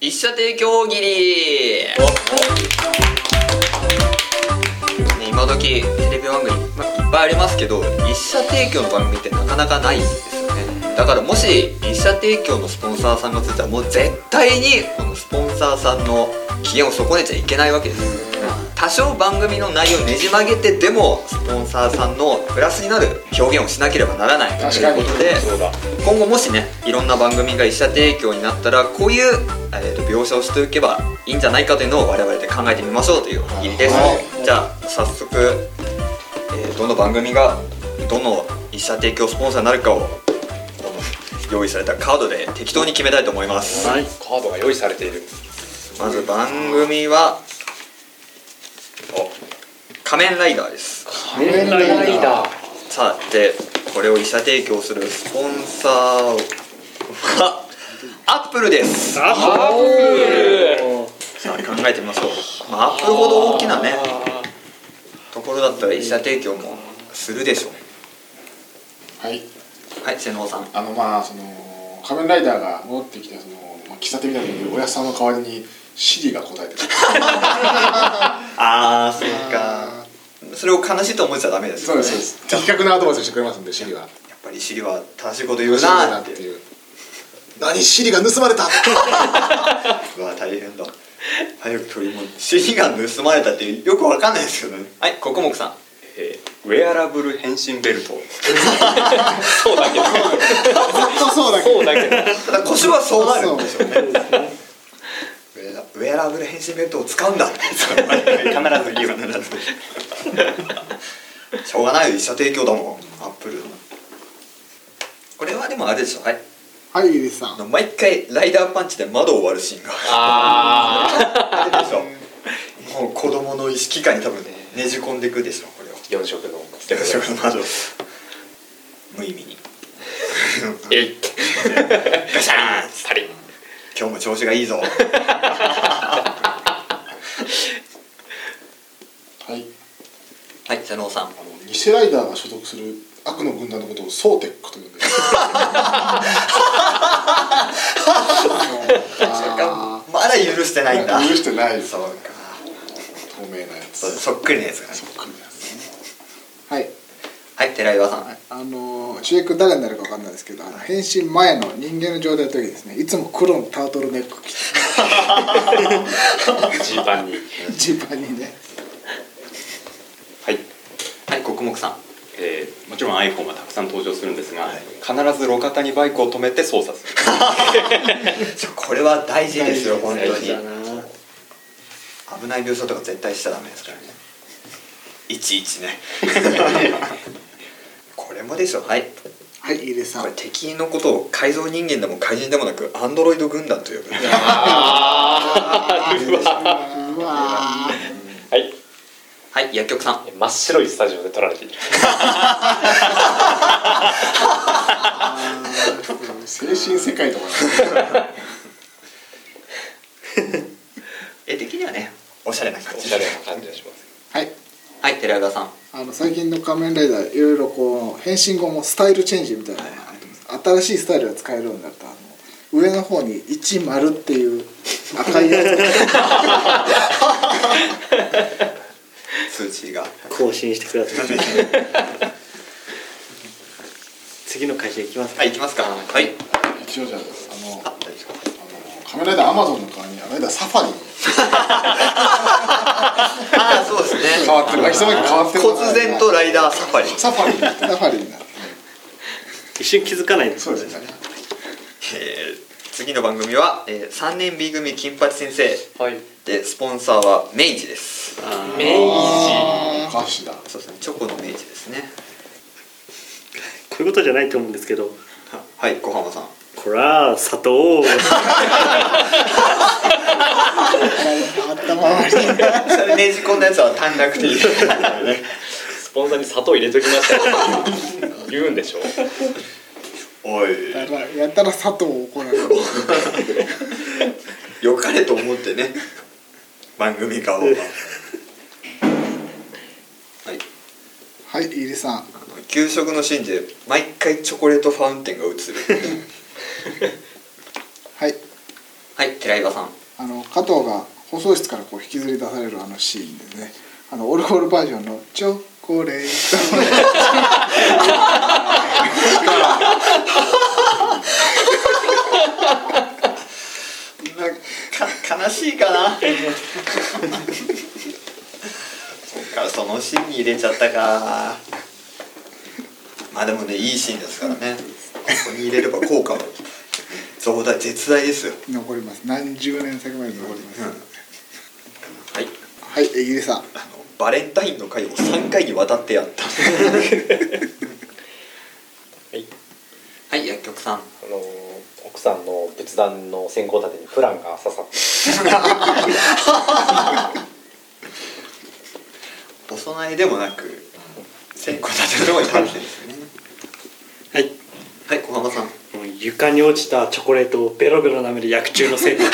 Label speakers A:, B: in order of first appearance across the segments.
A: 一射提供大喜利ね今時テレビ番組、まあいっぱいありますけど一社提供の番組ってなかなかないんですよねだからもし一社提供のスポンサーさんがついたらもう絶対にこのスポンサーさんの機嫌を損ねちゃいけないわけですよ多少番組の内容をねじ曲げてでもスポンサーさんのプラスになる表現をしなければならないということで
B: そうだ
A: 今後もしねいろんな番組が一社提供になったらこういう、えーと描写をしておけばいいんじゃないかというのを我々で考えてみましょうというおにぎりです、
B: はい
A: じゃあ早速、えーどの番組がどの一社提供スポンサーになるかをこの用意されたカードで適当に決めたいと思います、
B: はい、カードが用意されている
A: まず番組はお仮面ライダーです
B: 仮面ライダー
A: さてこれを医者提供するスポンサーはアップルですさ
B: アップル
A: あ考えてみましょう、まあ、アップルほど大きなねところだったら医者提供もするでしょう
C: はい
A: はい瀬能さん
C: あのまあその仮面ライダーが戻ってきてその、まあ、喫茶店みたいなのでおやっさんの代わりにシリが答えてくれる
A: ああそうかそれを悲しいと思っちゃダメで す
C: そう
A: よ
C: で
A: ね
C: すそうです的確なアドバイスをしてくれますんでシリは
A: やっぱりシリは正しいこと言
C: よ
A: う
C: ろしいか
A: な
C: な
A: っ
C: ってていう何シリが盗まれた
A: うわ大変だ早く取り戻シリが盗まれたってよくわかんないですけどねはいココモクさん
D: えーウェアラブル変身ベルト
B: そうだけど
C: ずっとそうだけど
B: そうだけど
A: ただ腰はそうなるんでしょうね
C: そう
A: ウェラウェアラブル変身ベルトを使うんだ
D: 必ず言う
A: しょうがないよ一社提供だもんアップルのこれはでもあれでしょはい
C: はいイギリスさ
A: あ
C: ん
A: の毎回ライダーパンチで窓を割るシーンが
B: あ
A: あるでしょもう子供の意識下に多分ねねじ込んでいくでしょこれを
B: 四色の
A: 逆色の窓を無意味に
B: えい
A: ガシャーン
B: パリ
A: 今日も調子がいいぞ
C: はい
A: はい佐野さん
C: あの偽ライダーが所属する悪の軍団のことをソーテックと 呼んでるあ
A: まだ許してないんだ
C: ー許してない
A: そうか
C: 透明なやつ
A: そうそっくりなやつがね
C: そっくりなやつはい
A: はい寺岩さん
E: あの主役誰になるか分かんないですけどあの変身前の人間の状態の時ですねいつも黒のタートルネック着て
B: ジーパンに
E: ジーパンにね
D: はい、
A: はい黒木さん
D: えーもちろん iPhone はたくさん登場するんですが、必ず路肩にバイクを止めて操作する
A: これは大事ですよ本当に
B: 大事だな
A: 危ない描写とか絶対しちゃダメですからねいちいちね これもでしょはい
E: はいイレさ
A: こ
E: ん
A: れ敵のことを改造人間でも怪人でもなくアンドロイド軍団と呼ぶ
B: あーうわ
E: うわ
B: はい
A: はい薬局さん
B: 真っ白いスタジオで撮られている
C: 精神世界とか
A: 絵的にはねおしゃれな感
B: お
A: じ
B: しゃれな感じがします
E: はい
A: はい寺岩さん
E: あの最近の仮面ライダーいろいろこう変身後もスタイルチェンジみたいなのがあってます新しいスタイルが使えるようになったあの上の方に「一丸」っていう赤いやつが
A: 通知が
F: 更新してくだ さい次の会社行きますか
A: はい行きますかはい
C: 一応じゃああのあの
A: 大丈夫
C: 仮面ライダーアマゾンの代わりにライダーサファリに
A: ああそうですね
C: 変わってるあいつの間にか変わってる
A: 突然とライダーサファリ
C: サファリになって
E: サファリになって
F: 一瞬気づかないんです
C: そうですね
A: えー次の番組は、えー、3年 B 組金八先生
B: はい
A: でスポンサーは明治です
B: 明治
C: あーお菓子だ
A: そうですねチョコの明治ですね
F: こういうことじゃないと思うんですけど
A: ははい小浜さ ん
F: こら砂糖
E: 頭悪い
A: それねじ込んだやつは短絡的
B: スポンサーに砂糖入れときましたよ言うんでしょ
A: おい
E: やたらやたら佐藤を怒られる
A: よかれと思ってね番組顔ははい
E: はいイリさん
A: あの給食のシーンで毎回チョコレートファウンテンが映る
E: はい
A: はい寺岩さん
E: あの加藤が放送室からこう引きずり出されるあのシーンでねあのオルゴールバージョンの「チョコレート」
A: 悲しいかなそっかそのシーンに入れちゃったかまあでもねいいシーンですからねここに入れれば効果は増大絶大ですよ
E: 残ります何十年先まで残ります、
A: はい
E: はいえゆりさん
A: あのバレンタインの回を3回にわたってやったはいはい薬局さん
B: あの奥さんの仏壇の線香立てにプランが刺さって
A: ボソナイでもなく線香立てのところに立ってるんですよね
F: はい
A: はい小浜さん
F: もう床に落ちたチョコレートをベロベロ舐める薬中 のせいで
B: ス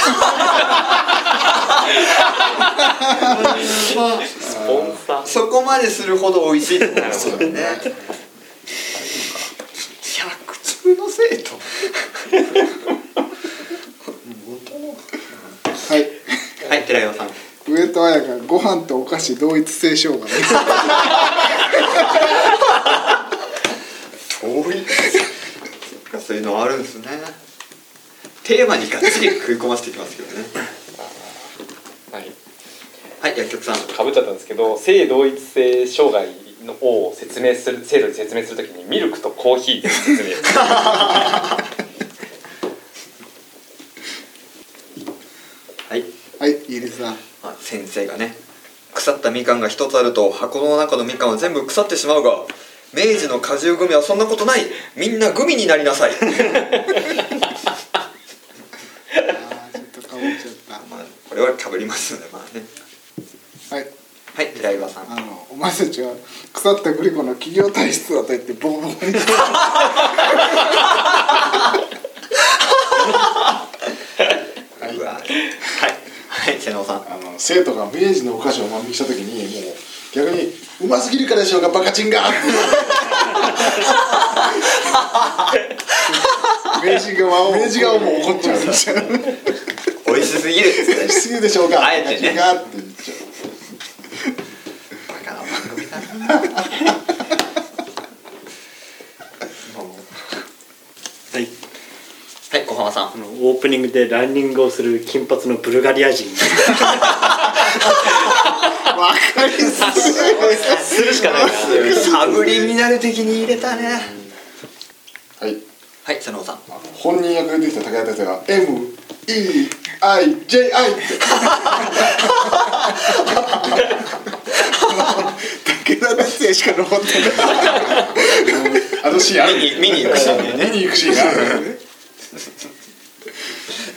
B: ポンサー
A: そこまでするほど美味しいってなるほどね。百通の生徒。
E: はい
A: はい、寺山さん。
E: 上戸彩がご飯とお菓子同一性障害
A: 遠い。そういうのあるんですね。テーマにがっちり食い込ませてきますけどね。
B: はい
A: はい、薬局さん。
B: かぶっちゃったんですけど性同一性障害のを説明する制度に説明するときにミルクとコーヒーで説明
A: はい。
E: はいゆりさん
A: まあ、先生がね腐ったみかんが一つあると箱の中のみかんは全部腐ってしまうが明治の果汁グミはそんなことないみんなグミになりなさい
E: あーちょっとかぶっちゃっ
A: まあこれはかぶりますよねまあね
E: たはい
A: はい寺岩さん
E: あのお前たちは腐ったグリコの企業体質だと言ってボコボコにして
C: はいう
A: わはいはい瀬能さん
C: あの生徒が明治のお菓子を万引きした時にもう逆に「うますぎるからでしょうがバカチンが!」って
E: 明治側を
C: 明治側も怒っちゃうし
A: 美味しすぎる
C: すぎるでしょうが
A: あえてね
C: バカチンがって言っちゃう
A: バカな番組だな
F: はい
A: はい小浜さん
F: あのオープニングでランニングをする金髪のブルガリア人
B: するしかないな
A: サブリミナル的に入れたね
C: はい
A: はい瀬能さん
C: あの本人役で出てきた武田哲也が「M E I J I」って
E: 武田鉄矢しか残ってない
C: あのシーンある
A: 見に行くシーンね
C: 見に行くシーンがある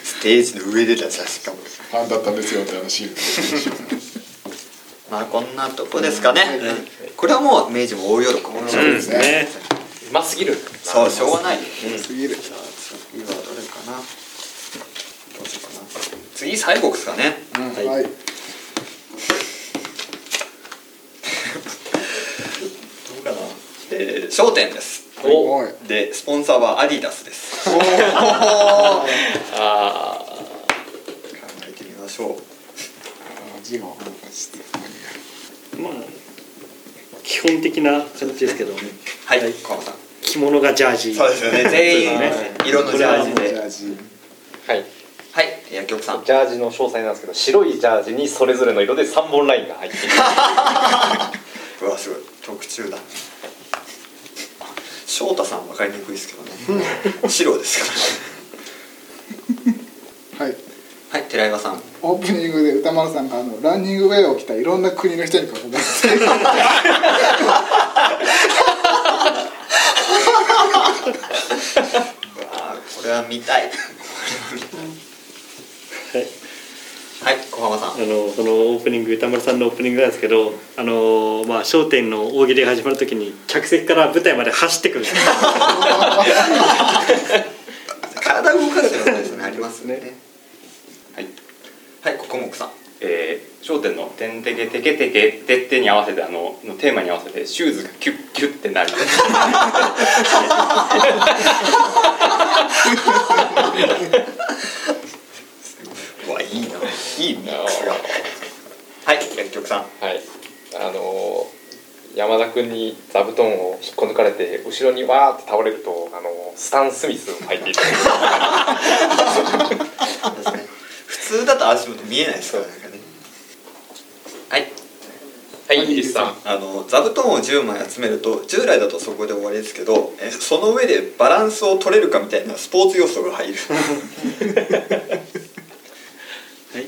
A: ステージの上でだししかも
C: ファンだったんですよってあのシーン
A: まあこんなとこですかね、これはもう明治も大喜びそうですね
F: ね
B: うますぎる
A: そうしょうがない、
E: すぎ
A: じ
E: る
A: ゃあ次はどれかなどうしようかな次西国ですかね、
E: はい、
A: どうかなえー商店です
B: お
E: おい
A: でスポンサーはアディダスです 考
B: あ
A: えてみましょう
E: 字が分かんないし
F: まあ基本的な形ですけど
A: はい河野さん
F: 着物がジャージ
A: そうですよね全員色のジャージで
E: ジャージ
B: ーはい
A: はい薬局さん
B: ジャージの詳細なんですけど白いジャージにそれぞれの色で3本ラインが入っている
A: うわすごい特注だ翔太さん分かりにくいですけど ね白ですから
E: はい
A: はい、寺岩さん。
E: オープニングで歌丸さんがあのランニングウェアを着たいろんな国の人に囲まれて
A: あこれは見たい。
F: はい
A: はい、小浜さん。
F: あのそのオープニング歌丸さんのオープニングなんですけど「あのまあ、笑点」の大喜利が始まる時に客席から舞台まで走ってく る
A: 体動かしてるですね、ありますね。
D: はい
A: はい、ここもくさん。
D: えー、商店の「てんてけてけてけてって」に合わせてあののテーマに合わせてシューズがキュッキュッってなる
A: すいいないいミックスが
B: は
A: はい薬局さん
B: いあのー山田君に座布団を引っこ抜かれて後ろにわーって倒れるとあのースタン・スミスを履いている
A: 普通だと足元見えないですからなんかねはい
B: はいリスさん
A: あの座布団を10枚集めると従来だとそこで終わりですけどえその上でバランスを取れるかみたいなスポーツ要素が入る
F: はい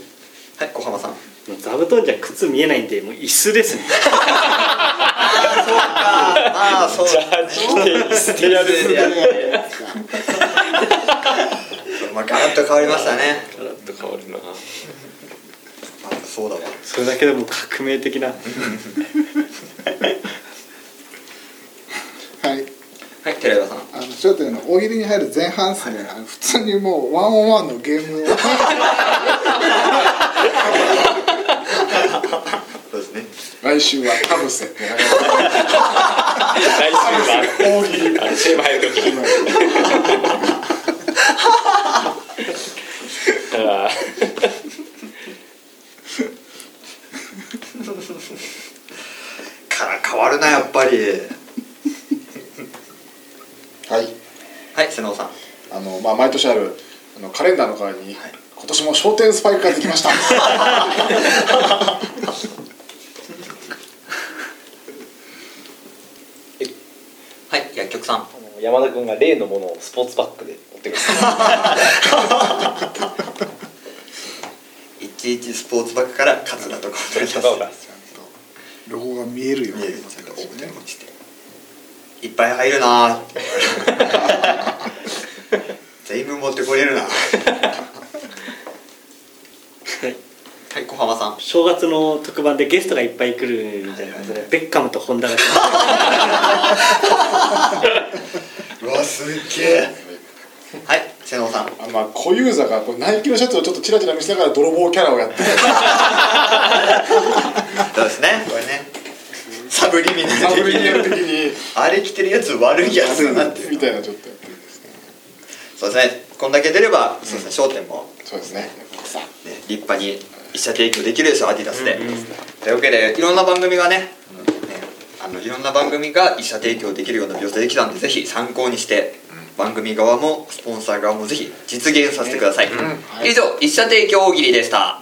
A: はい小浜さん
F: もう座布団じゃ靴見えないんでもう椅子ですね
A: ああそうジャージ着て椅子でやってまあガラッと変わりましたね
D: ガラッと変わるな
A: あそうだわ
F: それだけでもう革命的な
E: はい
A: はい寺岩さん
E: あの焦点の大喜利に入る前半ですね、あの普通にもうワンオンワンのゲームを
A: そうですね
C: 来週は田臥
D: 来週は
C: 大喜利
D: あのテーマ入る時にあ
A: から変わるなやっぱり
C: はい
A: はい瀬能さん
C: あの、まあ、毎年あるあのカレンダーの代わりに、今年も商店スパイクができました
A: はい薬局さん
B: 山田君が例のものをスポーツバッグで持ってくる
A: いちいちスポーツバッグから勝田とか取り出す
E: ロゴが見えるよう
A: 見
E: に
A: えるちゃんと表に落ちていっぱい入る なー全部持ってこれるなはいはい小浜さん
F: 正月の特番でゲストがいっぱい来るみたいな感じでベッカムとホンダが来て
A: うわすっげえはい瀬能さん
C: あのまあ小遊三がこうナイキのシャツをちょっとチラチラ見せながら泥棒キャラをやって
A: そうですねこれねサブリミナ
C: サブ
A: ル
C: リ
A: 的
C: ミナル的
A: に
C: に
A: あれ着てるやつ悪いやつだなっていう
C: みたいなちょっとやってるんですね
A: そうですねこんだけ出ればそうですね焦点も
C: そうですね
A: ね、立派に一社提供できるでしょアディダスで、というわけでいろんな番組がね,、ねあのいろんな番組が一社提供できるような病態できたんでぜひ参考にして、番組側もスポンサー側もぜひ実現させてください、以上一社提供大喜利でした、